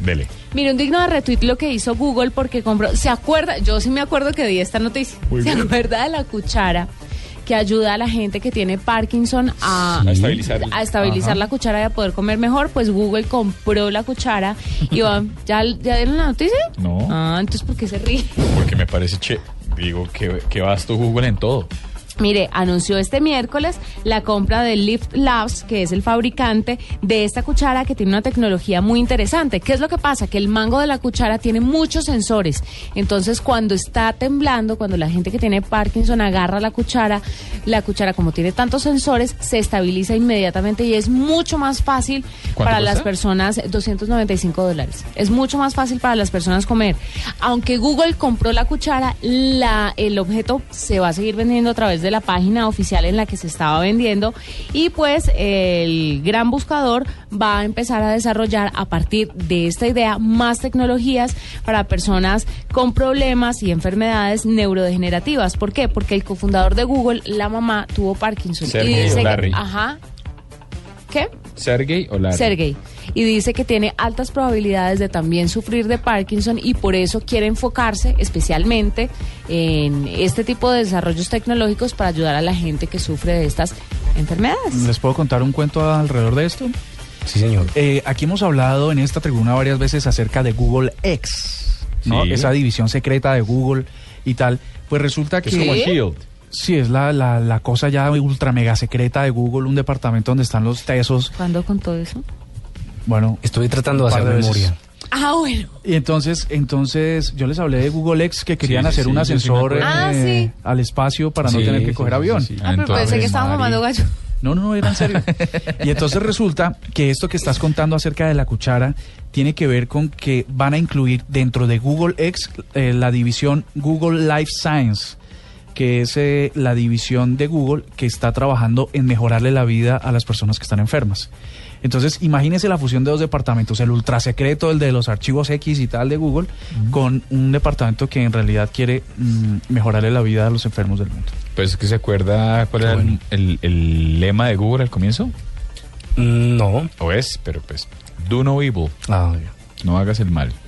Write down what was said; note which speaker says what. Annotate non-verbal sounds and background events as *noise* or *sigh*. Speaker 1: Dele.
Speaker 2: Mire, un digno de retweet lo que hizo Google porque compró. ¿Se acuerda? Yo sí me acuerdo que di esta noticia.
Speaker 1: Muy
Speaker 2: ¿Se
Speaker 1: bien.
Speaker 2: acuerda de la cuchara que ayuda a la gente que tiene Parkinson a,
Speaker 1: A estabilizar.
Speaker 2: a estabilizar la cuchara y a poder comer mejor? Pues Google compró la cuchara y va- ¿Ya, ¿Ya dieron la noticia?
Speaker 1: No.
Speaker 2: Ah, entonces, ¿por qué se ríe?
Speaker 1: Porque me parece che. Digo que, que vas tú Google en todo.
Speaker 2: Mire, anunció este miércoles la compra de Lift Labs, que es el fabricante de esta cuchara que tiene una tecnología muy interesante. ¿Qué es lo que pasa? Que el mango de la cuchara tiene muchos sensores. Entonces, cuando está temblando, cuando la gente que tiene Parkinson agarra la cuchara, la cuchara como tiene tantos sensores, se estabiliza inmediatamente y es mucho más fácil
Speaker 1: ¿Cuánto
Speaker 2: para las
Speaker 1: cuesta?
Speaker 2: personas 295 dólares. Es mucho más fácil para las personas comer. Aunque Google compró la cuchara, la, el objeto se va a seguir vendiendo a través de la página oficial en la que se estaba vendiendo y pues el gran buscador va a empezar a desarrollar a partir de esta idea más tecnologías para personas con problemas y enfermedades neurodegenerativas. ¿Por qué? Porque el cofundador de Google, la mamá, tuvo Parkinson.
Speaker 1: Sergey Larry.
Speaker 2: ajá. ¿Qué?
Speaker 1: Sergey o Larry.
Speaker 2: Sergey. Y dice que tiene altas probabilidades de también sufrir de Parkinson y por eso quiere enfocarse especialmente en este tipo de desarrollos tecnológicos para ayudar a la gente que sufre de estas enfermedades.
Speaker 3: ¿Les puedo contar un cuento alrededor de esto?
Speaker 4: Sí, señor.
Speaker 3: Eh, aquí hemos hablado en esta tribuna varias veces acerca de Google X, ¿no?
Speaker 1: Sí.
Speaker 3: Esa división secreta de Google y tal. Pues resulta
Speaker 1: Que
Speaker 3: que...
Speaker 1: es como Shield.
Speaker 3: Sí, es la, la, la cosa ya ultra mega secreta de Google, un departamento donde están los tesos.
Speaker 2: ¿Cuándo contó eso?
Speaker 3: Bueno,
Speaker 4: Estoy tratando
Speaker 3: Un
Speaker 4: de
Speaker 3: par
Speaker 4: hacer
Speaker 3: de veces.
Speaker 4: memoria.
Speaker 2: Ah, bueno.
Speaker 3: y entonces, entonces yo les hablé de Google X que querían
Speaker 1: sí,
Speaker 3: hacer
Speaker 1: sí,
Speaker 3: un
Speaker 1: yo sí me
Speaker 3: ascensor
Speaker 1: acuerdo.
Speaker 2: Ah,
Speaker 3: eh,
Speaker 2: sí.
Speaker 3: al espacio para no
Speaker 1: Sí,
Speaker 3: tener que
Speaker 1: sí,
Speaker 3: coger
Speaker 1: sí,
Speaker 3: avión.
Speaker 1: sí, sí.
Speaker 2: Ah, pero
Speaker 1: Entonces,
Speaker 2: pensé que estaba
Speaker 1: Mari.
Speaker 2: mamando gallo.
Speaker 3: No, no, no, era en
Speaker 2: *laughs*
Speaker 3: serio. Y entonces resulta que esto que estás contando acerca de la cuchara tiene que ver con que van a incluir dentro de Google X eh, la división Google Life Science, que es eh, la división de Google que está trabajando en mejorarle la vida a las personas que están enfermas. Entonces, imagínense la fusión de dos departamentos, el ultrasecreto, el de los archivos X y tal de Google, con un departamento que en realidad quiere mm, mejorarle la vida a los enfermos del mundo.
Speaker 1: Pues que se acuerda cuál era el-
Speaker 4: Bueno.
Speaker 1: el, el lema de Google al comienzo.
Speaker 4: No.
Speaker 3: Mm,
Speaker 1: O es, pero pues. Do no evil.
Speaker 4: Ah, ya.
Speaker 1: No hagas el mal.